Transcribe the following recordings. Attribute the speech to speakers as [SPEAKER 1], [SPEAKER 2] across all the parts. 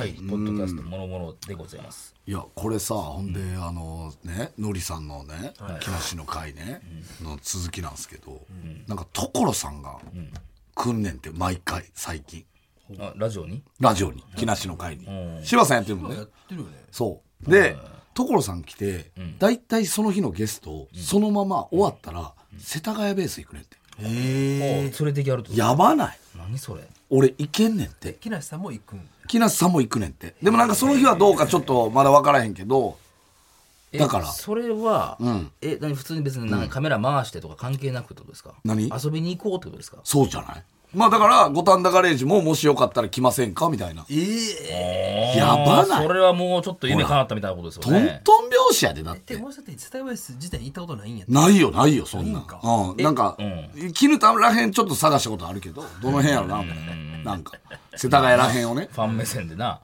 [SPEAKER 1] ダストもろもろでございます、
[SPEAKER 2] いやこれさほんで、あのねのりさんのね木梨の会ね、の続きなんですけど、なんか所さんが訓練って毎回最近
[SPEAKER 1] あラジオに
[SPEAKER 2] ラジオに木梨の会に
[SPEAKER 1] うん
[SPEAKER 2] 柴さんやってるもんね
[SPEAKER 3] やってるよね
[SPEAKER 2] そうで所さん来て大体、その日のゲストそのまま終わったら、世田谷ベース行くねんって
[SPEAKER 1] おう連れてきやると
[SPEAKER 2] やばない
[SPEAKER 1] 何それ
[SPEAKER 2] 俺行けんねんって
[SPEAKER 3] 木梨さんも行くん
[SPEAKER 2] 木梨さんも行くねんってでもなんかその日はどうかちょっとまだ分からへんけど
[SPEAKER 1] え
[SPEAKER 2] だから
[SPEAKER 1] それは、
[SPEAKER 2] ん
[SPEAKER 1] え何普通に別に何カメラ回してとか関係なくってことですか
[SPEAKER 2] 何
[SPEAKER 1] 遊びに行こうってことですか
[SPEAKER 2] そうじゃないまあだから、五反田ガレージももしよかったら来ませんかみたいな。
[SPEAKER 3] ええ
[SPEAKER 2] やば
[SPEAKER 1] あー
[SPEAKER 2] ない
[SPEAKER 1] それはもうちょっと夢叶ったみたいなことです
[SPEAKER 2] ト
[SPEAKER 1] よ
[SPEAKER 2] ン
[SPEAKER 1] ね
[SPEAKER 2] トン拍子やで、だっ
[SPEAKER 3] で
[SPEAKER 2] て。
[SPEAKER 3] もしだってスタイバイス自体行ったことないんやって
[SPEAKER 2] ないよ、ないよ、そんなん。
[SPEAKER 3] か
[SPEAKER 2] うん。なんか、絹田らへんちょっと探したことあるけど、どの辺やろな、みたいな。なんか、世田谷らへんを ね。
[SPEAKER 1] ファン目線でな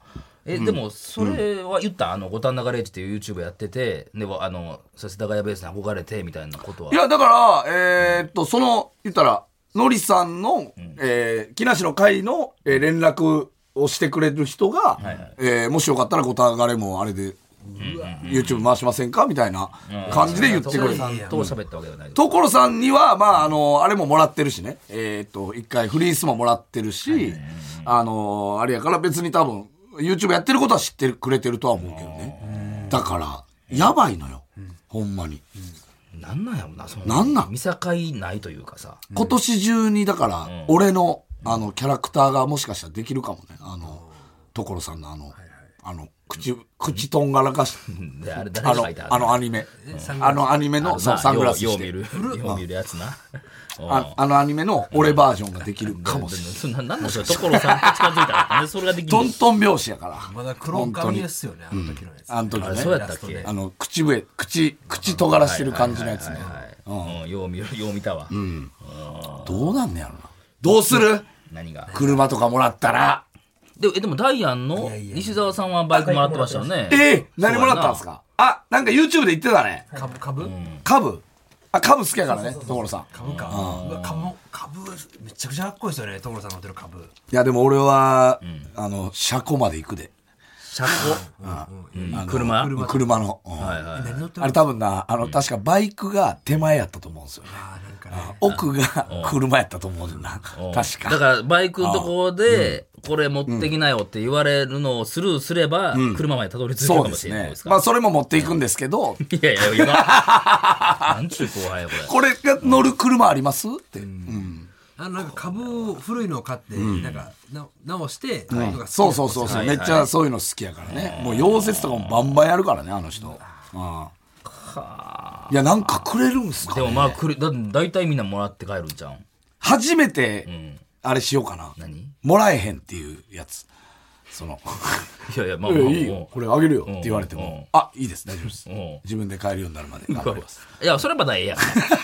[SPEAKER 1] え、でもそれは言ったあの五反田ガレージっていう YouTube やっててでわあのそして世田谷ベースに憧れてみたいなことはい
[SPEAKER 2] や、だから、えーっと、その、言ったら、のりさんの、えー木梨の会の、えー連絡をしてくれる人が、えーもしよかったら五反田ガレもあれで、YouTube 回しませんかみたいな感じで言ってくれた
[SPEAKER 1] 所さんと喋ったわけじゃないです
[SPEAKER 2] 所さんには、まあ、あの、あれももらってるしね。えーっと、一回フリースももらってるし、あの、あれやから別に多分、YouTube やってることは知ってくれてるとは思うけどね。だから、やばいのよ。ほんまに。
[SPEAKER 1] なんなんやろなその
[SPEAKER 2] なんなん
[SPEAKER 1] 見境ないというかさ
[SPEAKER 2] 今年中に、だから、俺の、あの、キャラクターがもしかしたらできるかもね。あの、所さんのあの、あの、口、口とんがらかし、
[SPEAKER 1] であれ誰
[SPEAKER 2] あ
[SPEAKER 1] が
[SPEAKER 2] の
[SPEAKER 1] 書いた、
[SPEAKER 2] あのアニメ。あのアニメの、そう、サングラス
[SPEAKER 1] よう
[SPEAKER 2] し
[SPEAKER 1] よう見
[SPEAKER 2] て。
[SPEAKER 1] るよう見るやつな
[SPEAKER 2] ああのアニメの俺バージョンができるかもしれない。
[SPEAKER 1] そんななんなんそれ所さんと近づいたらなんでそれができる
[SPEAKER 2] トントン拍子やから。
[SPEAKER 3] まだ黒髪ですよねあの時のやつ
[SPEAKER 2] あの時
[SPEAKER 1] あれそうや
[SPEAKER 2] ね。
[SPEAKER 1] ったっけ
[SPEAKER 2] あの、口笛、口、口尖らしてる感じのやつね。
[SPEAKER 1] うんよう見るよう見たわ
[SPEAKER 2] どうなんねやろな。どうする
[SPEAKER 1] 何が
[SPEAKER 2] 車とかもらったら。
[SPEAKER 1] でえでもダイアンの西澤さんはバイクもらってましたよね
[SPEAKER 2] ええ何もらったんですかあ、なんか YouTube で言ってたね。
[SPEAKER 3] 株株
[SPEAKER 2] 株あ、株好きやからね、所さん。
[SPEAKER 3] 株かうわ株株めちゃくちゃかっこいいですよね所さんの乗ってる株
[SPEAKER 2] いや、でも俺は、あの、車庫まで行くで。
[SPEAKER 1] 車庫うん車
[SPEAKER 2] うん車の。うん
[SPEAKER 1] はい
[SPEAKER 3] 何乗って
[SPEAKER 2] あれ多分な、あの、確かバイクが手前やったと思うんですよね。
[SPEAKER 3] あーなんかね
[SPEAKER 2] 奥が車やったと思うんだな。
[SPEAKER 1] うん
[SPEAKER 2] 確か。
[SPEAKER 1] だからバイクのとこでこれ持ってきなよって言われるのをスルーすれば車までたどり着ける
[SPEAKER 2] そ
[SPEAKER 1] か
[SPEAKER 2] う
[SPEAKER 1] も
[SPEAKER 2] で
[SPEAKER 1] し
[SPEAKER 2] す
[SPEAKER 1] れない
[SPEAKER 2] ね
[SPEAKER 1] です。
[SPEAKER 2] ま
[SPEAKER 1] か
[SPEAKER 2] あ、それも持っていくんですけど、
[SPEAKER 1] いやいや今 なんちゅう後輩やこれ
[SPEAKER 2] これが乗る車ありますって。
[SPEAKER 3] あのなんか株を古いのを買ってなんかな直してなんか
[SPEAKER 2] そうそうそうそう。
[SPEAKER 1] はい
[SPEAKER 2] めっちゃそういうの好きやからね。もう溶接とかもバンバンやるからね、あの人。うんいや、なんかくれるんすか
[SPEAKER 1] でもまあくれだ大体みんなもらって帰るんじゃん
[SPEAKER 2] 初めて、あれしようかな。
[SPEAKER 1] 何
[SPEAKER 2] もらえへんっていうやつ。その、
[SPEAKER 1] いやいやまあ
[SPEAKER 2] え
[SPEAKER 1] まあ
[SPEAKER 2] いいよ
[SPEAKER 1] も、う
[SPEAKER 2] これあげるよって言われても、あ、いいです、大丈夫です
[SPEAKER 1] ん。
[SPEAKER 2] 自分で買えるようになるまで頑張ります。
[SPEAKER 1] いや、それまだええやん。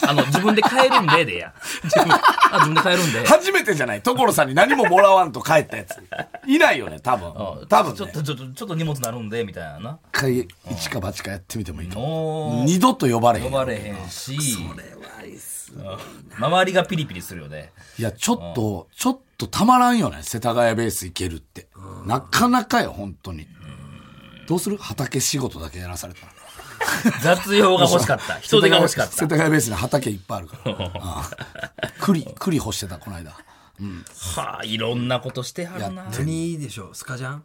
[SPEAKER 1] あの、自分で買えるんで、でええやん。自分、あ自分で買えるんで。
[SPEAKER 2] 初めてじゃない所さんに何ももらわんと帰ったやつ。いないよね、多分。多分、ね。
[SPEAKER 1] ちょっと、ちょっと、ちょっと荷物なるんで、みたいなな。
[SPEAKER 2] 一回一か八かやってみてもいいかも
[SPEAKER 1] も
[SPEAKER 2] 二度と呼ばれ
[SPEAKER 1] う、
[SPEAKER 2] へ
[SPEAKER 1] 呼
[SPEAKER 2] ん
[SPEAKER 1] ばれへんし。それ周りがピリピリするよね。
[SPEAKER 2] いやちょっとちょっとたまらんよね世田谷ベース行けるってなかなかよ本当にどうする畑仕事だけやらされたら
[SPEAKER 1] 雑用が欲しかった。 人手が欲しかっ
[SPEAKER 2] 世
[SPEAKER 1] た。
[SPEAKER 2] 田谷ベースに畑いっぱいある からああ栗栗干してたこの間
[SPEAKER 1] はあ、いろんなことしてはるな。
[SPEAKER 3] 何でしょうスカジャン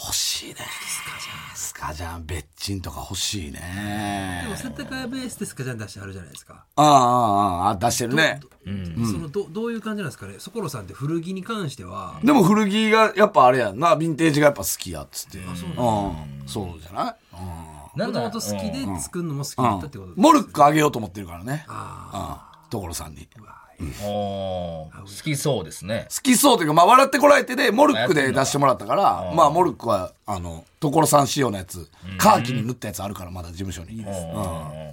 [SPEAKER 2] 欲しいねスカジャンスカジャンべっちんとか欲しいね
[SPEAKER 3] でも世田谷ベースでスカジャン出してはるじゃないですか
[SPEAKER 2] ああああああ出してるね
[SPEAKER 3] そのどどういう感じなんですかねそころさんって古着に関しては
[SPEAKER 2] でも古着がやっぱあれやんなヴィンテージがやっぱ好きやっつってうんそうじゃない
[SPEAKER 1] な
[SPEAKER 3] も
[SPEAKER 1] ん
[SPEAKER 3] とも
[SPEAKER 1] だ
[SPEAKER 3] と好きで作るのも好きだったってことです
[SPEAKER 2] モルックあげようと思ってるからね。うん所さんに。好
[SPEAKER 1] おー好きそうですね。
[SPEAKER 2] きそうというか、まあ、笑ってこられてで、モルックで出してもらったから、まあ、モルックは、あの、所さん仕様のやつ、カーキに塗ったやつあるから、まだ事務所に。うん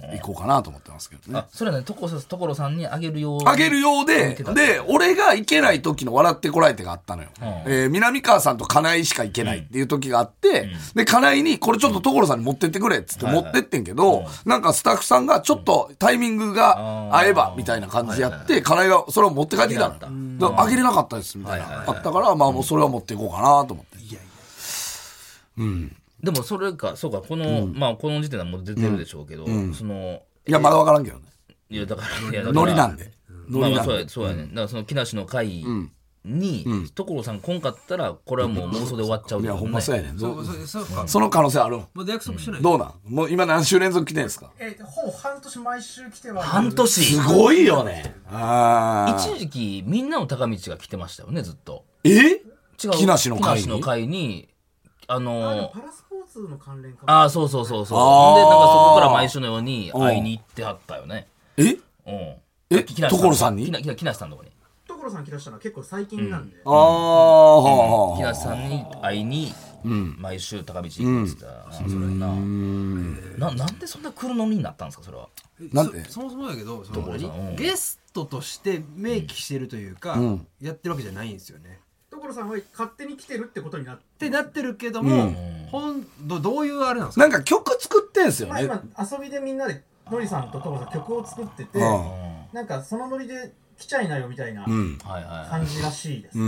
[SPEAKER 2] 行こうかなと思ってますけどね
[SPEAKER 1] あ。、それはね、とこさ、ところさんにあげるように
[SPEAKER 2] あげるようで、で、俺が行けない時の笑ってこられてがあったのよ。えー南川さんと金井しか行けないっていう時があって、で、金井に、これちょっと所さんに持ってってくれっつって持ってってんけど、なんかスタッフさんがちょっとタイミングが合えばみたいな感じやって、金井がそれを持って帰ってきたのよ。だからあげれなかったですみたいな。あったから、まあもうそれは持っていこうかなと思って。
[SPEAKER 3] いやいや
[SPEAKER 1] でもそれかそうかこの、まあこの時点ではもう出てるでしょうけど、その
[SPEAKER 2] いや、まだわからんけどね。
[SPEAKER 1] いやだからいやだから
[SPEAKER 2] ノリなんで。ノ
[SPEAKER 1] まあ
[SPEAKER 2] リな
[SPEAKER 1] まあ
[SPEAKER 2] ん
[SPEAKER 1] そう
[SPEAKER 2] で。
[SPEAKER 1] やそうやね、だからその木梨の会に、所さん来んかったらこれはもう妄想で終わっちゃう
[SPEAKER 2] い
[SPEAKER 1] けど
[SPEAKER 2] や、
[SPEAKER 1] ね
[SPEAKER 2] ほんまそうやねん。
[SPEAKER 3] そ
[SPEAKER 2] ど
[SPEAKER 3] うそうそうか
[SPEAKER 2] その可能性あるん
[SPEAKER 3] まだ約束してない
[SPEAKER 2] どうなんもう今何週連続来てんすか
[SPEAKER 4] えーほぼ半年毎週来てはいる
[SPEAKER 1] 半年
[SPEAKER 2] すごいよね。ああ。
[SPEAKER 1] 一時期みんなの高道が来てましたよねずっと
[SPEAKER 2] え
[SPEAKER 1] 違う
[SPEAKER 2] 木梨の会に
[SPEAKER 1] 木梨の会にあの
[SPEAKER 4] パラスポーツの関連かも
[SPEAKER 1] ああそうそうそうそう
[SPEAKER 2] あー
[SPEAKER 1] でなんかそこから毎週のように会いに行ってはったよね
[SPEAKER 2] え
[SPEAKER 1] うん
[SPEAKER 2] え
[SPEAKER 1] 木梨
[SPEAKER 2] 所さんに
[SPEAKER 1] 木梨木梨さんのとこに
[SPEAKER 4] 所さん来だしたのは結構最近なんで、
[SPEAKER 2] ああ、はあ
[SPEAKER 1] 木
[SPEAKER 2] はあ。
[SPEAKER 1] 梨さんに会いに毎週高道行くって言ってたなそれなななんでそんな来るのになったんですかそれは
[SPEAKER 2] なんて
[SPEAKER 3] そそもそもだけどその
[SPEAKER 1] 所さん
[SPEAKER 3] 何
[SPEAKER 1] うん
[SPEAKER 3] ゲストとして明記してるというか、やってるわけじゃないんですよね。
[SPEAKER 4] 所さんは勝手に来てるってことになって
[SPEAKER 3] ってなってるけども、本どどういうあれなんです
[SPEAKER 2] な
[SPEAKER 3] か
[SPEAKER 2] んか曲作ってんすよ
[SPEAKER 4] まあ
[SPEAKER 2] ね。
[SPEAKER 4] 今遊びでみんなでノリさんと所さん曲を作ってて、
[SPEAKER 2] うん
[SPEAKER 4] なんかそのノリで来ちゃいなよみたいな
[SPEAKER 1] はいは
[SPEAKER 4] 感じらしいです、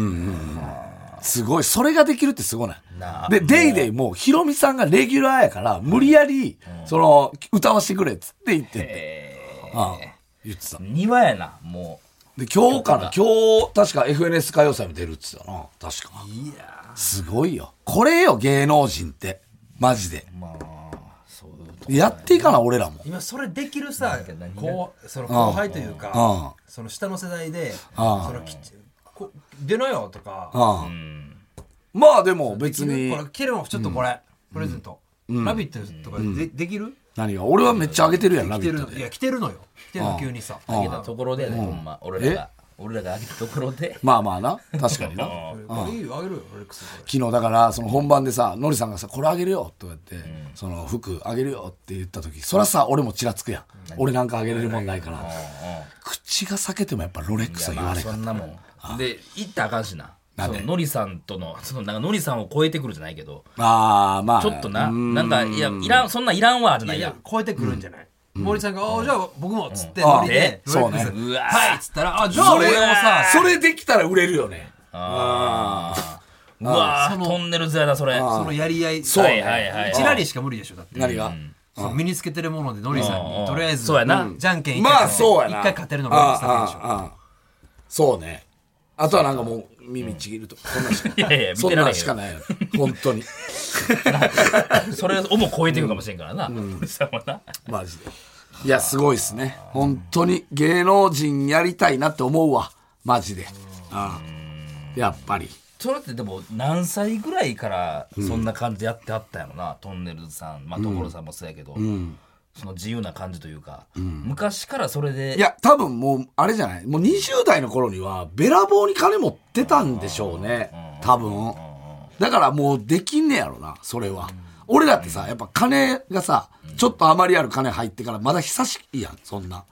[SPEAKER 2] すごい。それができるってすごいな。
[SPEAKER 1] いなあ
[SPEAKER 2] で、デイデイもヒロミさんがレギュラーやから、無理やり、その、歌わしてくれっつって言ってって。ああ言ってた。
[SPEAKER 1] 庭やなも
[SPEAKER 2] で、今日かな今日、確か FNS 歌謡祭も出るって言ってたな。確か。
[SPEAKER 3] いや
[SPEAKER 2] すごいよ。これよ、芸能人って。マジで。
[SPEAKER 1] うまあそういうとこ
[SPEAKER 2] やっていかな、俺らも。
[SPEAKER 3] 今それできるさ
[SPEAKER 1] 何が
[SPEAKER 3] 後その後輩というか、
[SPEAKER 2] うん
[SPEAKER 3] その下の世代で、
[SPEAKER 2] うん
[SPEAKER 3] そのきちこ出なよとか、
[SPEAKER 2] ああ
[SPEAKER 1] うん
[SPEAKER 2] まあでも別に
[SPEAKER 3] こ、れケルンちょっとこれ、プレゼント、ラビット!」とかで,、できる
[SPEAKER 2] 何が俺はめっちゃ上げてるやん、ラ
[SPEAKER 3] 来
[SPEAKER 2] ビ
[SPEAKER 3] て
[SPEAKER 2] ッ
[SPEAKER 3] る
[SPEAKER 2] ト
[SPEAKER 3] のい
[SPEAKER 2] で。
[SPEAKER 3] や来てるのよ来てるの急にさ
[SPEAKER 1] あげたところでやでほんま俺らが俺らがあげたところで
[SPEAKER 2] まあまあな。確かにな。
[SPEAKER 3] これいいよあげるよロレックスこ
[SPEAKER 2] 昨日だからその本番でさノリさんがさ「これあげるよ」とか言って、その服あげるよって言った時そらさ俺もちらつくやん、俺なんかあげれるもんないから、口が裂けてもやっぱロレックスは言
[SPEAKER 1] ま
[SPEAKER 2] わ
[SPEAKER 1] あ
[SPEAKER 2] れか
[SPEAKER 1] そ
[SPEAKER 2] った
[SPEAKER 1] んなもんで行ったらあかんしな
[SPEAKER 2] なん
[SPEAKER 1] そ
[SPEAKER 2] で
[SPEAKER 1] のノリさんとのそのなんかノリさんを超えてくるじゃないけど
[SPEAKER 2] あーまあ
[SPEAKER 1] ちょっとな
[SPEAKER 2] うん
[SPEAKER 1] なんかいやいらんそんなんいらんわじゃ
[SPEAKER 3] れ
[SPEAKER 1] ないいや
[SPEAKER 3] や
[SPEAKER 1] ん
[SPEAKER 3] 超えてくるんじゃない、森さんが「ああじゃあ僕も」っつって、
[SPEAKER 2] あ
[SPEAKER 3] ノリで
[SPEAKER 2] えそうね
[SPEAKER 3] ロレックス
[SPEAKER 1] うわ
[SPEAKER 3] はいっつったら「あじゃあ
[SPEAKER 2] それ
[SPEAKER 3] 俺もさ
[SPEAKER 2] それできたら売れるよね
[SPEAKER 1] あーうわー
[SPEAKER 3] その
[SPEAKER 1] トンネルズやだそれ
[SPEAKER 3] そのやり合い
[SPEAKER 2] そう
[SPEAKER 1] はいはいはい
[SPEAKER 3] 一ラリーしか無理でしょだって
[SPEAKER 2] 何が、
[SPEAKER 3] その身につけてるものでノリさん
[SPEAKER 1] うん
[SPEAKER 3] にとりあえず
[SPEAKER 1] そうやな
[SPEAKER 3] うんじゃんけん一回
[SPEAKER 2] まあそうやな
[SPEAKER 3] 一回勝てるのがロレックスだけでしょ
[SPEAKER 2] あーあーあーそうねあとはなんかもう耳ちぎるとか、そんなんしか
[SPEAKER 1] いやいや見
[SPEAKER 2] そん
[SPEAKER 1] てら
[SPEAKER 2] な
[SPEAKER 1] れ
[SPEAKER 2] ん
[SPEAKER 1] へん
[SPEAKER 2] しか
[SPEAKER 1] よ
[SPEAKER 2] ないよ本当に
[SPEAKER 1] それをも超えてくるかもしれんからなノリさんはな
[SPEAKER 2] マジで。いや、すごいですね。本当に芸能人やりたいなって思うわ。マジで。ああやっぱり。
[SPEAKER 1] それってでも何歳ぐらいからそんな感じでやってはったんやろな、トンネルズさん、まあ、所さんもそうやけど、その自由な感じというか、昔からそれで
[SPEAKER 2] いや、多分もう、あれじゃないもう20代の頃には、べらぼうに金持ってたんでしょうね。多分。だからもうできんねやろな、それは。俺だってさ、やっぱ金がさ、ちょっと余りある金入ってから、まだ久しいやん、そんな。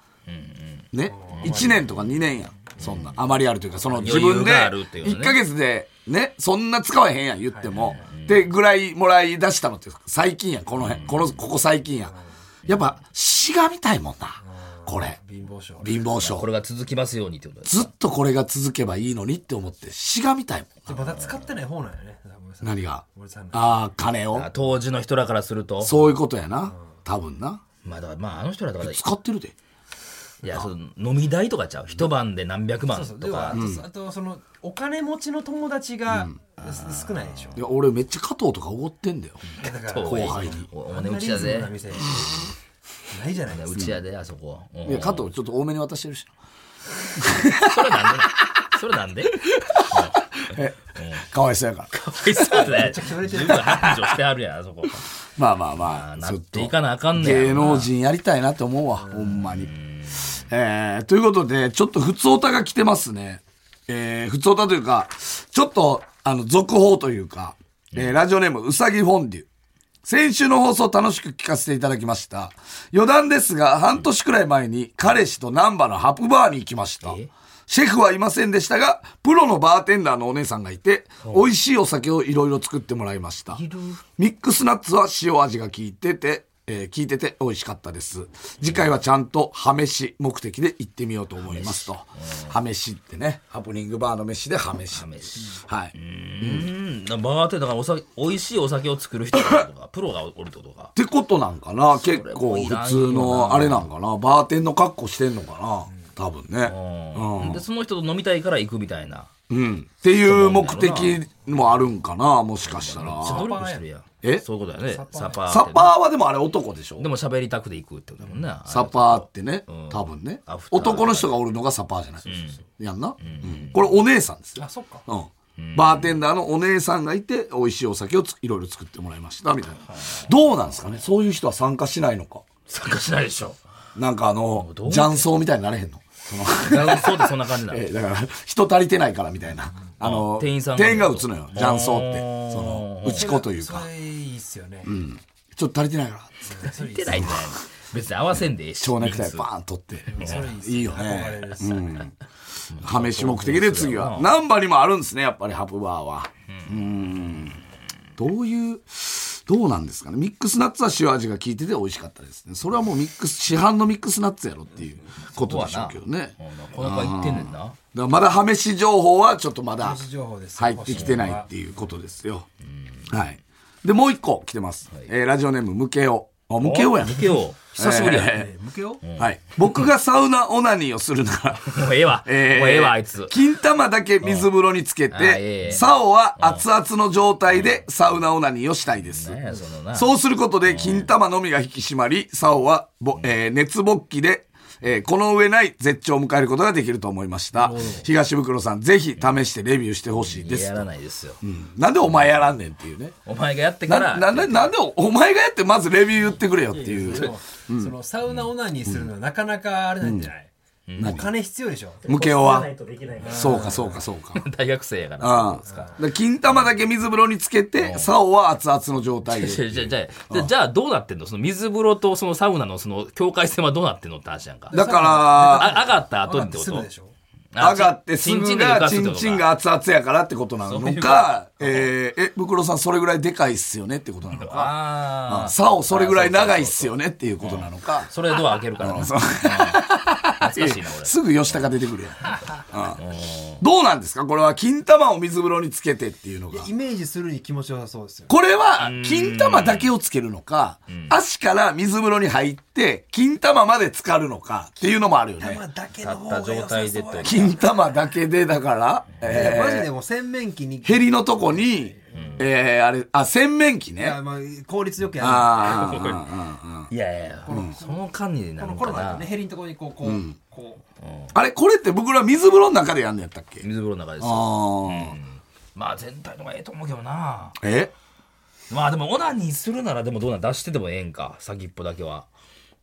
[SPEAKER 2] ね、1年とか2年やん。そんな、余りあるというか、その自分
[SPEAKER 1] 余裕
[SPEAKER 2] で、
[SPEAKER 1] があるっていうね
[SPEAKER 2] 1ヶ月で、ね、そんな使わへんやん、言っても。で、ぐらいもらい出したのって、最近やん、この辺、この、ここ最近やん。やっぱ、しがみたいもんな、これ。
[SPEAKER 3] 貧乏症
[SPEAKER 2] 貧乏症
[SPEAKER 1] こ。れが続きますようにってことです
[SPEAKER 2] ずっとこれが続けばいいのにって思って、しがみたいもんな。
[SPEAKER 3] まだ使ってない方なんやね多分さ
[SPEAKER 2] 何が
[SPEAKER 3] 森さんの
[SPEAKER 2] ああ、金を
[SPEAKER 1] あ当時の人らからすると
[SPEAKER 2] そういうことやな。多分な。
[SPEAKER 1] まあだからまああの人らだからい
[SPEAKER 2] 使ってるで。
[SPEAKER 1] やその飲み代とかちゃう一晩で何百万
[SPEAKER 3] そうで
[SPEAKER 1] と
[SPEAKER 3] はあ
[SPEAKER 1] か
[SPEAKER 3] とあとそのお金持ちの友達がす少ないでしょ
[SPEAKER 2] いや、俺めっちゃ加藤とかおごってんだよ。
[SPEAKER 3] だから
[SPEAKER 1] そう
[SPEAKER 2] 後輩に
[SPEAKER 1] おお
[SPEAKER 3] あん
[SPEAKER 1] ね
[SPEAKER 3] な
[SPEAKER 1] う
[SPEAKER 3] リ
[SPEAKER 1] ち
[SPEAKER 3] ズ
[SPEAKER 1] やで
[SPEAKER 3] ムな店ないじゃないです
[SPEAKER 1] う
[SPEAKER 3] か
[SPEAKER 1] ちやであそこ、うん
[SPEAKER 2] いや、加藤ちょっと多めに渡してるしな。
[SPEAKER 1] それなんでそれなんで
[SPEAKER 2] かわいそうやから。
[SPEAKER 1] かわ いそうだよ十分繁盛してあるやんあそこ
[SPEAKER 2] まあまあまあ、
[SPEAKER 1] な
[SPEAKER 2] ちょ
[SPEAKER 1] っ
[SPEAKER 2] ってと
[SPEAKER 1] いかなあかんねや
[SPEAKER 2] 芸能人やりたいなって思うわ、ほんまに。えー、ということで、ちょっと普通オタが来てますね。えー、普通オタというか、ちょっと、あの、続報というか、えー、ラジオネーム、うさぎフォンデュ。先週の放送楽しく聞かせていただきました。余談ですが、半年くらい前に彼氏と難波のハプバーに行きました。シェフはいませんでしたが、プロのバーテンダーのお姉さんがいて、美味しいお酒をいろいろ作ってもらいました。ミックスナッツは塩味が効いてて、えー聞いてて美味しかったです。次回はちゃんと、ハメシ目的で行ってみようと思いますと。ハメシってね、ハプニングバーの飯でハメシ。はい。
[SPEAKER 1] うんだからバーテンだからお酒美味しいお酒を作る人とかプロがおるってことか
[SPEAKER 2] ってことなんかな結構
[SPEAKER 1] もいらんよな
[SPEAKER 2] 普通のあれなんかなバーテンの格好してんのかな多分ね
[SPEAKER 1] うんでその人と飲みたいから行くみたいな
[SPEAKER 2] うんっていう目的もあるんかなもしかしたら
[SPEAKER 1] ちょっと努力してるやん
[SPEAKER 2] え
[SPEAKER 1] そういうことだよねサパー
[SPEAKER 2] サ
[SPEAKER 1] ってね
[SPEAKER 2] パーはでもあれ男でしょ
[SPEAKER 1] でも喋りたくて行くってことだもんな
[SPEAKER 2] サパーってね多分ね
[SPEAKER 1] アフター
[SPEAKER 2] 男の人がおるのがサパーじゃないやんなうんこれお姉さんですよ
[SPEAKER 4] あ、そっか。
[SPEAKER 2] うんバーテンダーのお姉さんがいて美味しいお酒をついろいろ作ってもらいましたみたいなどうなんですかねそういう人は参加しないのか
[SPEAKER 1] 参加しないでしょ
[SPEAKER 2] なんかあの
[SPEAKER 1] どう
[SPEAKER 2] 雀荘みたいになれへんのその
[SPEAKER 1] そうってそんな感じなの
[SPEAKER 2] えーだから人足りてないからみたいなあの
[SPEAKER 1] 店員さんが
[SPEAKER 2] 店員が打つのよ雀荘ってその打ち子というか
[SPEAKER 4] それいいっすよね。
[SPEAKER 2] ちょっと足りてないからっつって
[SPEAKER 1] 行ってないんだよ別に合わせんでええし
[SPEAKER 2] 蝶ネクタイ
[SPEAKER 1] 人数
[SPEAKER 2] バーン取って
[SPEAKER 4] それいいっす
[SPEAKER 2] いいよ
[SPEAKER 4] 憧れる
[SPEAKER 2] ね
[SPEAKER 4] っすよね
[SPEAKER 2] はめし目的で次は難波にもあるんですねやっぱりハプバーはうーんどういうどうなんですかねミックスナッツは塩味が効いてて美味しかったですねそれはもうミックス市販のミックスナッツやろっていうことでしょうけどね
[SPEAKER 1] うんこの子は行ってんねんな
[SPEAKER 2] だからまだハメシ情報はちょっとまだ
[SPEAKER 4] ハメシ情報です
[SPEAKER 2] 入ってきてないっていうことですよ。はい。で、もう一個来てます。えーラジオネーム、ムケオ。あ、ムケオやん
[SPEAKER 1] 向。けよう久しぶりやん
[SPEAKER 2] え
[SPEAKER 3] 向けよ
[SPEAKER 2] ーはい。僕がサウナオナニーをするなら、
[SPEAKER 1] もうええわもう
[SPEAKER 2] えー
[SPEAKER 1] ええわあいつ
[SPEAKER 2] 金玉だけ水風呂につけ
[SPEAKER 1] うんあーえ
[SPEAKER 2] て、
[SPEAKER 1] え
[SPEAKER 2] サオは熱々の状態でサウナオナニーをしたいです。
[SPEAKER 1] なんやそのな
[SPEAKER 2] そうすることで、金玉のみが引き締まり、サオはぼ、えー熱勃起で、えーこの上ない絶頂を迎えることができると思いました。東袋さん、ぜひ試してレビューしてほしいで
[SPEAKER 1] いや
[SPEAKER 2] す
[SPEAKER 1] や。らないですよ
[SPEAKER 2] なんでお前やらんねんっていうね。
[SPEAKER 1] お前がやってか
[SPEAKER 2] なな
[SPEAKER 1] ら
[SPEAKER 2] ななんでお前がやってまずレビュー言ってくれよってい
[SPEAKER 4] で
[SPEAKER 2] う。
[SPEAKER 4] もそのサウナオナニーするのはなかなかあれなんじゃないお金必要でしょ。
[SPEAKER 2] ムケオは
[SPEAKER 4] ない。とできないから。
[SPEAKER 2] そうかそうかそうか。
[SPEAKER 1] 大学生やから
[SPEAKER 2] ああ。で金玉だけ水風呂につけて、サオは熱々の状態で。
[SPEAKER 1] じゃあじゃあじゃあじゃあじゃあどうなってんのその水風呂とそのサウナのその境界線はどうなってんのって話やんか
[SPEAKER 2] だか
[SPEAKER 1] あ上がった後
[SPEAKER 4] 上が
[SPEAKER 1] にっ
[SPEAKER 4] ってて
[SPEAKER 1] こ
[SPEAKER 4] す
[SPEAKER 1] と
[SPEAKER 4] ぐでしょ。
[SPEAKER 2] ら、上がってす
[SPEAKER 1] チン
[SPEAKER 2] ぐ
[SPEAKER 1] チンが浮
[SPEAKER 2] が、
[SPEAKER 1] かす
[SPEAKER 2] チ
[SPEAKER 1] っ
[SPEAKER 2] ン
[SPEAKER 1] てことか
[SPEAKER 2] チンが熱々やからってことなの
[SPEAKER 1] そういうこ
[SPEAKER 2] か、えーえ、袋さんそれぐらいでかいっすよねってことなのか、
[SPEAKER 1] ああ
[SPEAKER 2] サオそれぐらい長いっすよねっていうことなのか、
[SPEAKER 1] それドア開けるからな
[SPEAKER 2] そう
[SPEAKER 1] 懐かしいな俺
[SPEAKER 2] すぐ吉高出てくるやん。 うんどうなんですかこれは金玉を水風呂につけてっていうのが。
[SPEAKER 3] イメージするに気持ちよさそうですよ
[SPEAKER 2] これは金玉だけをつけるのか、足から水風呂に入って金玉まで浸かるのかっていうのもあるよね
[SPEAKER 3] まあ。だけ
[SPEAKER 1] 立
[SPEAKER 3] の
[SPEAKER 1] った
[SPEAKER 3] 方が
[SPEAKER 1] 状
[SPEAKER 3] 良さ
[SPEAKER 1] 態
[SPEAKER 3] そ
[SPEAKER 1] で
[SPEAKER 3] う
[SPEAKER 1] と
[SPEAKER 2] 金玉だけでだから、え
[SPEAKER 3] マジでもう洗面器に
[SPEAKER 2] ー、ヘリのとこに、えー、あれ、あ、洗面器
[SPEAKER 3] いや
[SPEAKER 2] ね。
[SPEAKER 3] まあ効率よくやる
[SPEAKER 2] あー
[SPEAKER 1] いやいやその間になる
[SPEAKER 3] この
[SPEAKER 1] の
[SPEAKER 3] コ
[SPEAKER 1] か
[SPEAKER 3] ロナ
[SPEAKER 1] な
[SPEAKER 3] でねヘリのところにこうこう、こう
[SPEAKER 2] あれ、これって僕ら水風呂の中でやんのやったっけ
[SPEAKER 1] 水風呂の中です
[SPEAKER 2] あ
[SPEAKER 1] よ
[SPEAKER 2] ー
[SPEAKER 1] まあ全体のがええと思うけどな
[SPEAKER 2] え
[SPEAKER 1] まあでもオナニーするならでもどうなん出しててもええんか先っぽだけは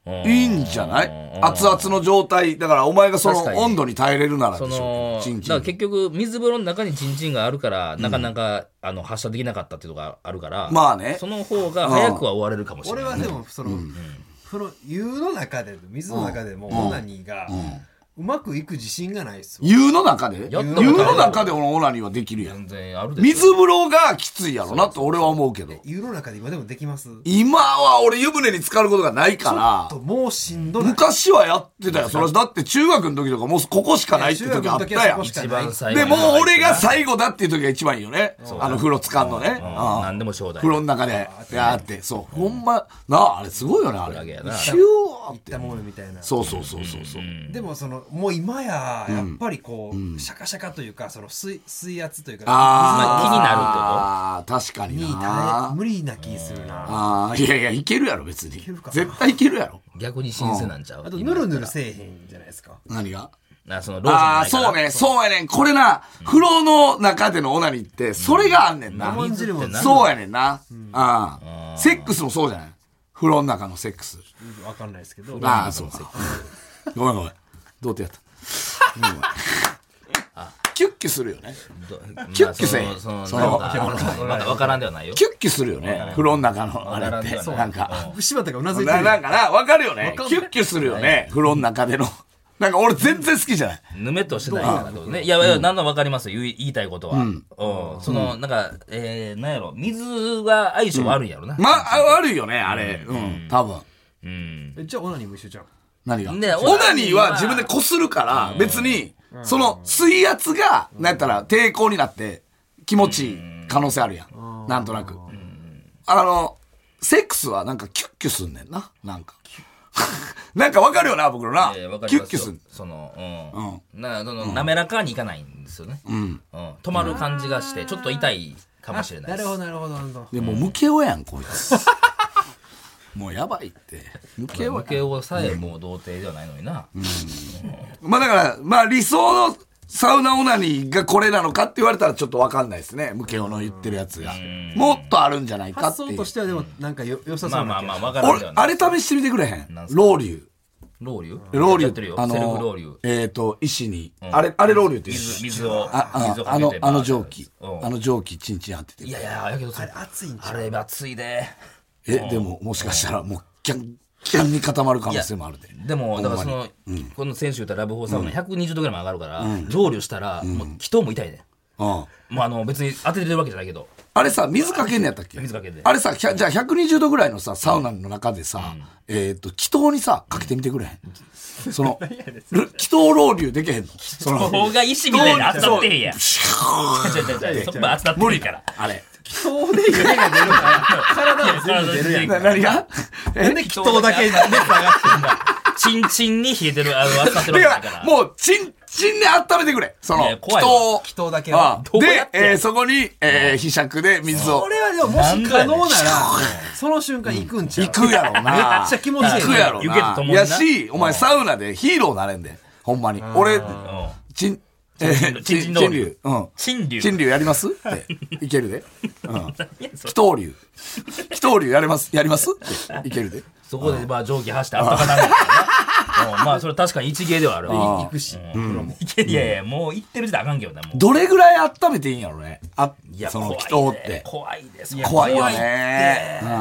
[SPEAKER 1] うん
[SPEAKER 2] いいんじゃない
[SPEAKER 1] うん
[SPEAKER 2] 熱々の状態。だからお前がその
[SPEAKER 1] 確かに
[SPEAKER 2] 温度に耐えれるなら
[SPEAKER 1] そ
[SPEAKER 2] でしょ
[SPEAKER 1] の
[SPEAKER 2] うけど。チンチ
[SPEAKER 1] だ
[SPEAKER 2] ン
[SPEAKER 1] から結局水風呂の中にチンチンがあるから、なかなかあの発射できなかったっていうのがあるから
[SPEAKER 2] まあね
[SPEAKER 1] その方が早くは終われるかもしれな
[SPEAKER 3] 俺
[SPEAKER 1] い、
[SPEAKER 3] はでもその、風呂湯の中で水の中でもオナニーがうまくいく自信がないっすよ、
[SPEAKER 2] 湯の中で湯
[SPEAKER 1] やったことない
[SPEAKER 2] の中で俺オナニーはできるやん。
[SPEAKER 1] 全然あるでしょ
[SPEAKER 2] 水風呂がきついやろなと俺は思うけど。
[SPEAKER 3] 湯の中で今でもできます
[SPEAKER 2] 今は俺湯船に浸かることがないか
[SPEAKER 3] ともうしんど
[SPEAKER 2] ら、
[SPEAKER 3] ない
[SPEAKER 2] 昔はやってたよ。それはだって中学の時とかもうここしかないって
[SPEAKER 3] いや
[SPEAKER 2] 時
[SPEAKER 3] 中
[SPEAKER 2] あ
[SPEAKER 3] 学
[SPEAKER 2] っ
[SPEAKER 3] の時は
[SPEAKER 2] たやん
[SPEAKER 3] ここ。しか
[SPEAKER 1] 一番最後
[SPEAKER 2] で、
[SPEAKER 1] に
[SPEAKER 2] もう俺が最後だっていう時が一番いいよね。あの風呂使うのね。
[SPEAKER 1] うん
[SPEAKER 2] ああ
[SPEAKER 1] 何でも正代
[SPEAKER 2] 風呂の中で、やーって。そう。ほんま、なあ、あれすごいよね、あ
[SPEAKER 1] だけ
[SPEAKER 2] れ
[SPEAKER 1] や。な
[SPEAKER 2] シューっ
[SPEAKER 3] い
[SPEAKER 2] て
[SPEAKER 3] っ。たものみたいな
[SPEAKER 2] そうそうそうそうそう。
[SPEAKER 3] でもそのもう今ややっぱりこう、シャカシャカというかその水水圧というか
[SPEAKER 2] ああ、確かに
[SPEAKER 3] 水のに
[SPEAKER 2] な
[SPEAKER 3] 耐え。無理な気するなあ
[SPEAKER 2] ああ、いやいや、いけるやろ、別に
[SPEAKER 3] るか。な
[SPEAKER 2] 絶対いけるやろ。
[SPEAKER 1] 逆に新鮮なんちゃう
[SPEAKER 3] とぬるぬるせえへんじゃないですか
[SPEAKER 2] 何が
[SPEAKER 1] あそのローション
[SPEAKER 2] ああー、
[SPEAKER 1] じゃないから
[SPEAKER 2] そうね、そうやねん。これな、風呂の中でのオナニーって、それがあんねんな。
[SPEAKER 3] 我慢汁も
[SPEAKER 1] 水ってな
[SPEAKER 2] そうやねんな。ああ。セックスもそうじゃない風呂の中のセックス。
[SPEAKER 3] わかんないですけど
[SPEAKER 2] ああ、そうか。ごめんごめん。どうやった。ごめん キュッキュするよね。
[SPEAKER 1] どまあ
[SPEAKER 2] キュッキュせえ
[SPEAKER 1] そのそ
[SPEAKER 2] そ
[SPEAKER 1] の
[SPEAKER 2] の
[SPEAKER 1] なんかまだ分からんではないよ
[SPEAKER 2] キュッキュするよね。風呂の中のあれって。
[SPEAKER 1] そう
[SPEAKER 2] なんか。
[SPEAKER 3] 柴田がうなずいて
[SPEAKER 2] な
[SPEAKER 3] る
[SPEAKER 2] なんかな、わかるよね。キュッキュするよね。風呂の中での。なんか俺全然好きじゃない。
[SPEAKER 1] ぬめっとしてないからってことね。いや、いや、なんの分かりますよ、言い言いたいことは。うん。その、なんか、えー、なんやろ、水は相性悪いやろな。
[SPEAKER 2] まあ、悪いよね、あれ。うん、多分。
[SPEAKER 1] うん。
[SPEAKER 3] えじゃあオナニーも一緒じゃん
[SPEAKER 2] 何が
[SPEAKER 1] ね
[SPEAKER 2] オナニーは自分でこするから、別に、その水圧が、なんやったら抵抗になって気持ちいい可能性あるやん。なんとなく。あの、セックスはなんかキュッキュすんねんな。なんか。 なんかわかるよな、僕のな。
[SPEAKER 1] えー、わか
[SPEAKER 2] キ
[SPEAKER 1] り
[SPEAKER 2] ュ
[SPEAKER 1] ま
[SPEAKER 2] ッ
[SPEAKER 1] す
[SPEAKER 2] キュす
[SPEAKER 1] よ
[SPEAKER 2] ん。
[SPEAKER 1] その、うん。な、その、滑らかにいかないんですよね。うん。止まる感じがして、ちょっと痛いかもしれない
[SPEAKER 4] な
[SPEAKER 1] です
[SPEAKER 4] るほどなるほどなるほど
[SPEAKER 2] でもうムケオやん、こい つ。もうやばいって。ムケオ
[SPEAKER 1] 受けをさえもう童貞ではないのにな。
[SPEAKER 2] まあだから、まあ理想のサウナオナニーがこれなのかって言われたらちょっとわかんないですね。ムケオの言ってるやつが。もっとあるんじゃないか
[SPEAKER 3] 発
[SPEAKER 2] ってい
[SPEAKER 3] 想
[SPEAKER 2] う
[SPEAKER 3] と。してはでもなんかよ良さ
[SPEAKER 1] ま
[SPEAKER 3] そう
[SPEAKER 1] あま
[SPEAKER 3] な
[SPEAKER 1] あ
[SPEAKER 3] 気
[SPEAKER 1] ま
[SPEAKER 3] が
[SPEAKER 1] あ、わ
[SPEAKER 3] し
[SPEAKER 1] からん
[SPEAKER 2] 俺
[SPEAKER 1] では、な
[SPEAKER 2] あ
[SPEAKER 1] い。
[SPEAKER 2] れ試してみてくれへん
[SPEAKER 1] ん。すか
[SPEAKER 2] ロウリュ
[SPEAKER 1] ロウリュ
[SPEAKER 2] ウ。ロウリ
[SPEAKER 1] やってる
[SPEAKER 2] ュ
[SPEAKER 1] よ
[SPEAKER 2] ウ。あ
[SPEAKER 1] セルフロウ
[SPEAKER 2] の
[SPEAKER 1] リュ、
[SPEAKER 2] えっと、石に。あれ、あれロウリュって言う。
[SPEAKER 1] 水、水を。
[SPEAKER 2] あ
[SPEAKER 1] 水を
[SPEAKER 2] ああ
[SPEAKER 1] かけ
[SPEAKER 2] の
[SPEAKER 1] て、バ
[SPEAKER 2] あ
[SPEAKER 1] ーッ
[SPEAKER 2] の
[SPEAKER 1] て
[SPEAKER 2] 蒸気。
[SPEAKER 1] うん
[SPEAKER 2] あの蒸気、チンチン当てて
[SPEAKER 1] い。やいや、やけどそれ
[SPEAKER 3] 熱いんちゃ
[SPEAKER 1] あれ熱いで。
[SPEAKER 2] え、でも、もしかしたら、もう、キャン、キャンに固まる可
[SPEAKER 1] い
[SPEAKER 2] 能
[SPEAKER 1] や
[SPEAKER 2] 性もあるで。
[SPEAKER 1] でも、だからその、この選手言ったラブホーサウナ120度ぐらいも上がるから、蒸留したら、もう気筒も痛いね。
[SPEAKER 2] うん。
[SPEAKER 1] もうあの、別に当ててるわけじゃないけど。
[SPEAKER 2] あれさ、水かけんのやったっけ
[SPEAKER 1] 水かけんで
[SPEAKER 2] あれさ、ひゃじゃあ120度ぐらいのさ、サウナの中でさ、えっ、と、気筒にさ、かけてみてくれへん。その、る気筒漏流できへんの。その、
[SPEAKER 1] 方が石みたいに当たってへんや ん。
[SPEAKER 2] シュー
[SPEAKER 1] 違う違う違うそこは当たってへんから。
[SPEAKER 2] あれ。
[SPEAKER 3] そうで夢が出るから 体は全部出るやん
[SPEAKER 2] な何がえ
[SPEAKER 3] で気筒だけ熱上がってんだ
[SPEAKER 1] チンチンに冷えてる、あの、当たってる
[SPEAKER 2] だ
[SPEAKER 1] わけだ
[SPEAKER 2] か、
[SPEAKER 1] からら。
[SPEAKER 2] もう、チンチンで温めてくれ。そ
[SPEAKER 1] い
[SPEAKER 2] の
[SPEAKER 1] や、
[SPEAKER 2] 気筒
[SPEAKER 1] 怖いわ
[SPEAKER 2] を。
[SPEAKER 3] 気筒だけを
[SPEAKER 2] ああ
[SPEAKER 1] どうや
[SPEAKER 2] で
[SPEAKER 1] っ、て
[SPEAKER 2] えーそこに、えー、ひしゃくで水を
[SPEAKER 3] こ。れはでももし可能ならその瞬間行くんちゃう
[SPEAKER 2] 行くやろな。
[SPEAKER 3] めっちゃ気持ちいいね
[SPEAKER 2] 行くやろ
[SPEAKER 1] 湯気と
[SPEAKER 2] な。
[SPEAKER 1] 共にな
[SPEAKER 2] やし、お前サウナでヒーローなれんで。ほんまに。俺、ちん、えー、
[SPEAKER 1] チンチ
[SPEAKER 2] チ
[SPEAKER 1] ンチ
[SPEAKER 2] ン
[SPEAKER 1] ン
[SPEAKER 2] 流
[SPEAKER 1] 流。
[SPEAKER 2] うん。
[SPEAKER 1] チン流
[SPEAKER 2] チン流やり ますって。いけるで。うん。
[SPEAKER 1] いやそ
[SPEAKER 2] 気頭流。気頭流やれます、やりますって。いけるで。
[SPEAKER 1] そこで、まあ、蒸気発してあったかなるから な。うんまあ、それ確かに一芸ではあるわ。
[SPEAKER 3] 行くし
[SPEAKER 1] いやいやいや、もう行ってる時点であかんけどな、もう。
[SPEAKER 2] どれぐらい温めていいんやろね。あ
[SPEAKER 1] い、や
[SPEAKER 2] その気頭
[SPEAKER 1] 怖
[SPEAKER 2] っ
[SPEAKER 1] いで
[SPEAKER 2] て。
[SPEAKER 1] 怖いです
[SPEAKER 2] 怖いよね。うん。
[SPEAKER 1] い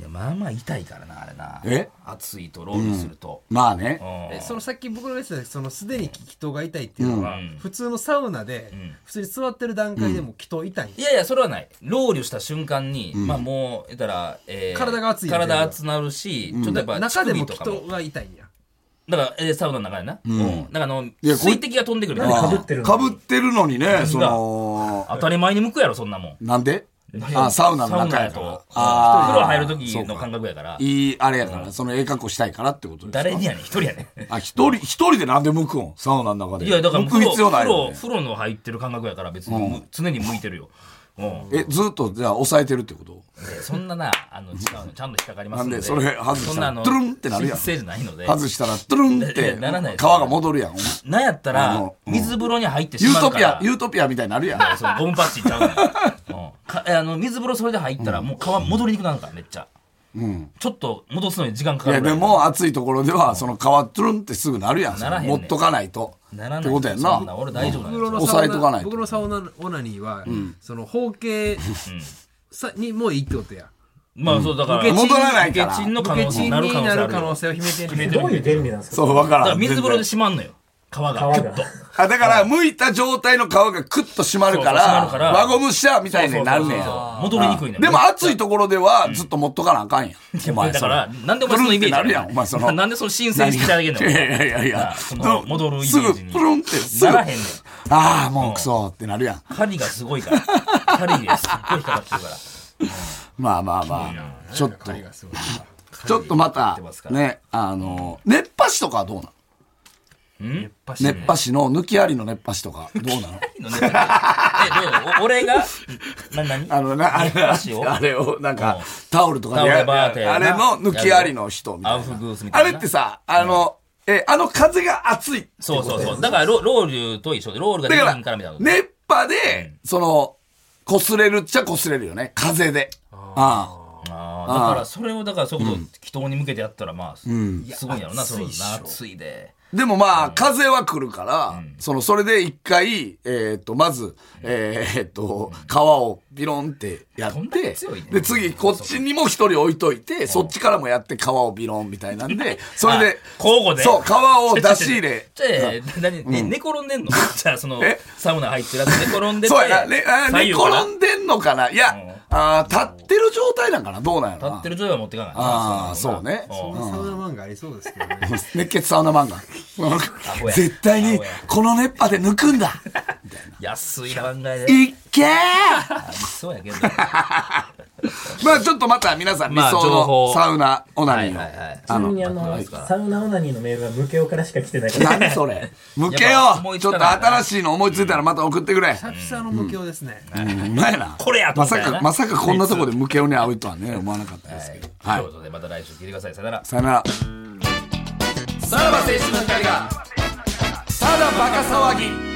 [SPEAKER 1] やまあまあ痛いからなあれな
[SPEAKER 2] え
[SPEAKER 1] 熱いとロールすると、
[SPEAKER 2] まあね。
[SPEAKER 1] うん
[SPEAKER 3] えそのさっき僕の言ってたそのすでに気筒が痛いっていうのは、
[SPEAKER 1] うん
[SPEAKER 3] 普通のサウナで、普通に座ってる段階でも気筒痛い、ん
[SPEAKER 1] いやいやそれはないロールした瞬間に、まあもう言ったら、えー
[SPEAKER 3] 体が熱いよね
[SPEAKER 1] 体熱なるし、ちょっとやっぱ
[SPEAKER 3] 中でも
[SPEAKER 1] 乳
[SPEAKER 3] 気
[SPEAKER 1] 首とか
[SPEAKER 3] 筒が痛いんや
[SPEAKER 1] だから、えーサウナの中でな、うんだからあの
[SPEAKER 2] やこい
[SPEAKER 1] 水滴が飛んでくるよね
[SPEAKER 2] ああ
[SPEAKER 1] かぶ
[SPEAKER 2] かぶってるのにね、その、
[SPEAKER 1] 当たり前に向くやろそんなもん
[SPEAKER 2] なんであ、サウナの中やか
[SPEAKER 1] サウナ
[SPEAKER 2] ら
[SPEAKER 1] と。
[SPEAKER 2] あー
[SPEAKER 1] 風呂入る時
[SPEAKER 2] そう
[SPEAKER 1] の
[SPEAKER 2] か
[SPEAKER 1] 感覚やから
[SPEAKER 2] いい、あれやから、そのええ格好したいからってことですか
[SPEAKER 1] 誰にやねん一人やねん
[SPEAKER 2] あ、一人、一人でなんで向くんサウナの中で。
[SPEAKER 1] いやだから
[SPEAKER 2] 向
[SPEAKER 1] 風
[SPEAKER 2] く
[SPEAKER 1] 呂
[SPEAKER 2] 必要ない
[SPEAKER 1] 風
[SPEAKER 2] よ、
[SPEAKER 1] 呂
[SPEAKER 2] ね。
[SPEAKER 1] 風呂の入ってる感覚やから別に、常に向いてるよ、うん、
[SPEAKER 2] え、ずっと、じゃあ、抑えてるってこと
[SPEAKER 1] でそんなな、あの、違うのちゃんと引っかかりますので。
[SPEAKER 2] なんでそれ外したら
[SPEAKER 1] そんなあの
[SPEAKER 2] トゥルンってなるやん
[SPEAKER 1] 申請じゃないので。
[SPEAKER 2] 外したら、トゥルンっ
[SPEAKER 1] い
[SPEAKER 2] て
[SPEAKER 1] や、 ならないです
[SPEAKER 2] 川が戻るやん。お前
[SPEAKER 1] なんやった
[SPEAKER 2] あ
[SPEAKER 1] ら
[SPEAKER 2] の、うん
[SPEAKER 1] 水風呂に入ってし
[SPEAKER 2] ユ
[SPEAKER 1] ま
[SPEAKER 2] ー
[SPEAKER 1] う
[SPEAKER 2] ト
[SPEAKER 1] か
[SPEAKER 2] ピア
[SPEAKER 1] ら、。
[SPEAKER 2] ユートピアみたいになるやん。
[SPEAKER 1] そのゴムパッチいっちゃうから。うんかえあの、水風呂それで入ったら、もう川戻りにくくなるから、めっちゃ。ちょっと戻すのに時間か
[SPEAKER 2] い
[SPEAKER 1] か
[SPEAKER 2] や、
[SPEAKER 1] るぐら
[SPEAKER 2] で
[SPEAKER 1] い。
[SPEAKER 2] も、暑いところでは、その川、トゥルンってすぐなるやん。
[SPEAKER 1] ならへんねん
[SPEAKER 2] 持っとかないと。
[SPEAKER 1] ならない。
[SPEAKER 2] ってことやん
[SPEAKER 1] そんな
[SPEAKER 2] な。
[SPEAKER 1] 俺大丈夫なんで
[SPEAKER 3] 僕
[SPEAKER 1] すよ
[SPEAKER 3] の
[SPEAKER 2] 抑えとかないと
[SPEAKER 3] 僕のサウナオナニーは、その包茎さにもういいってことや
[SPEAKER 1] まあ、そう、だから、
[SPEAKER 2] チン戻らないから
[SPEAKER 1] 受けチンの
[SPEAKER 3] ボ
[SPEAKER 1] 可
[SPEAKER 3] ケ
[SPEAKER 1] 能
[SPEAKER 3] チ
[SPEAKER 1] 性
[SPEAKER 3] ン
[SPEAKER 1] なる可能
[SPEAKER 3] に
[SPEAKER 1] 性
[SPEAKER 3] な
[SPEAKER 1] あ
[SPEAKER 3] る
[SPEAKER 1] る
[SPEAKER 3] 可能
[SPEAKER 1] よ。
[SPEAKER 3] 性を秘めて
[SPEAKER 1] め
[SPEAKER 3] る
[SPEAKER 1] てる
[SPEAKER 5] どういう原理なんですか
[SPEAKER 2] そう、わか
[SPEAKER 1] だからら
[SPEAKER 2] ん。
[SPEAKER 1] 水風呂
[SPEAKER 2] 全
[SPEAKER 1] で
[SPEAKER 2] 然
[SPEAKER 1] 閉まんのよ。川が、
[SPEAKER 5] 川
[SPEAKER 1] キ
[SPEAKER 5] が
[SPEAKER 1] ュッと。
[SPEAKER 2] あ、だから、向いた状態の川がクッと締まるか
[SPEAKER 1] そうそう締ま
[SPEAKER 2] ら
[SPEAKER 1] るから、
[SPEAKER 2] 輪ゴムしちゃうみたいになるねん
[SPEAKER 1] そうそう
[SPEAKER 2] や。
[SPEAKER 1] そうそう戻りにくいねん
[SPEAKER 2] でも、暑いところでは、ずっと持っとかなあかんやん。お前
[SPEAKER 1] だから、なんでお前そのイメージ
[SPEAKER 2] トゥルンってなるやんお前その
[SPEAKER 1] なんでその新鮮にしてあげんの
[SPEAKER 2] いやいやいやい
[SPEAKER 1] な
[SPEAKER 2] や
[SPEAKER 1] あその戻るイメ
[SPEAKER 2] すぐ
[SPEAKER 1] ージに
[SPEAKER 2] プ。ルンってすぐ
[SPEAKER 1] ならへんねん。
[SPEAKER 2] ああもうクソってなるやん
[SPEAKER 1] 針がすごいから。針ですっごい引っかかってるから。
[SPEAKER 2] まあまあまあちょっとちょっとまた
[SPEAKER 1] ますから
[SPEAKER 2] ねあの熱波師とかはどうなの
[SPEAKER 1] ん
[SPEAKER 2] 熱波師の抜きありの熱波師とかどうなの
[SPEAKER 1] え、どういうのお俺が、な、な に
[SPEAKER 2] あのなあ
[SPEAKER 1] 熱波師
[SPEAKER 2] れ
[SPEAKER 1] を
[SPEAKER 2] あれをなん
[SPEAKER 1] う
[SPEAKER 2] か
[SPEAKER 1] ん
[SPEAKER 2] タオルとかで
[SPEAKER 1] タオ
[SPEAKER 2] や
[SPEAKER 1] ルバーテンな
[SPEAKER 2] あれの抜きありの人みた
[SPEAKER 1] アウ
[SPEAKER 2] い
[SPEAKER 1] フグースみ
[SPEAKER 2] な
[SPEAKER 1] た
[SPEAKER 2] あ
[SPEAKER 1] いな
[SPEAKER 2] れってさあのえあの風が熱いってこと
[SPEAKER 1] そうそうそう。だからロ、ロールと一緒で、ロールが
[SPEAKER 2] だ
[SPEAKER 1] で
[SPEAKER 2] か
[SPEAKER 1] きひんかららみたいなこと。
[SPEAKER 2] 熱波でその擦れるっちゃ擦れるよね風でああ
[SPEAKER 1] あーだから、それを、だから、そこそ、祈祷に向けてやったら、まあ、すごいんやろな、そう、熱いで。
[SPEAKER 2] でもまあ、風は来るから、その、それで一回、えーっと、まず、えーっと、川をビロンってやっ
[SPEAKER 1] どんだけ
[SPEAKER 2] て
[SPEAKER 1] 強いね、
[SPEAKER 2] で、次、こっちにも一人置いといて、そっちからもやって川をビロンみたいなん で、それで、
[SPEAKER 1] あ交互で
[SPEAKER 2] そう、川を出し入れ。
[SPEAKER 1] じゃあ何ね寝転んでんの じゃあその
[SPEAKER 2] え
[SPEAKER 1] サウナ入ってるやつ寝転んでて
[SPEAKER 2] そうやな、ね、あ
[SPEAKER 1] 左
[SPEAKER 2] 寝
[SPEAKER 1] 右から
[SPEAKER 2] 転んでんのかないや、あー立ってる状態なんかなどうなんやろ
[SPEAKER 1] 立
[SPEAKER 2] な
[SPEAKER 1] ってる状態は持ってかない
[SPEAKER 2] ああそうね
[SPEAKER 1] うん
[SPEAKER 3] サウナ漫画ありそうですけどね。
[SPEAKER 2] 熱血サウナ漫画
[SPEAKER 1] ホや
[SPEAKER 2] 絶対にこの熱波で抜くんだ
[SPEAKER 1] 安い考えで
[SPEAKER 2] いっけー
[SPEAKER 1] そうやけど
[SPEAKER 2] まあちょっとまた皆さん理
[SPEAKER 1] まあ
[SPEAKER 2] 想
[SPEAKER 1] 情報
[SPEAKER 2] のサウナオナ
[SPEAKER 1] は
[SPEAKER 2] ニ
[SPEAKER 1] い
[SPEAKER 2] ーを、
[SPEAKER 1] はいはい
[SPEAKER 5] ちなみにあ
[SPEAKER 1] あの
[SPEAKER 5] の
[SPEAKER 1] ありますか
[SPEAKER 5] サウナオナニーのメールは無形からしか来てないから
[SPEAKER 2] 何それ 向け
[SPEAKER 1] やっぱ
[SPEAKER 2] よ
[SPEAKER 1] 思
[SPEAKER 2] う
[SPEAKER 1] い
[SPEAKER 2] ち
[SPEAKER 1] つ
[SPEAKER 2] ょっ
[SPEAKER 1] か
[SPEAKER 2] と
[SPEAKER 1] ないな
[SPEAKER 2] 新しいの思いついたらまた送ってくれ
[SPEAKER 3] 久々の無教ですね。
[SPEAKER 2] うんうまいな
[SPEAKER 1] これやと
[SPEAKER 2] ま
[SPEAKER 1] 思っ
[SPEAKER 2] さ
[SPEAKER 1] たよな
[SPEAKER 2] かまさかこんなとこで向けように会うとはね思わなかったですけど
[SPEAKER 1] は
[SPEAKER 2] はいい
[SPEAKER 1] ということでまた来週聞いてくださいさよなら
[SPEAKER 2] さよなら
[SPEAKER 1] さらば青春の光が
[SPEAKER 2] ただバカ騒ぎ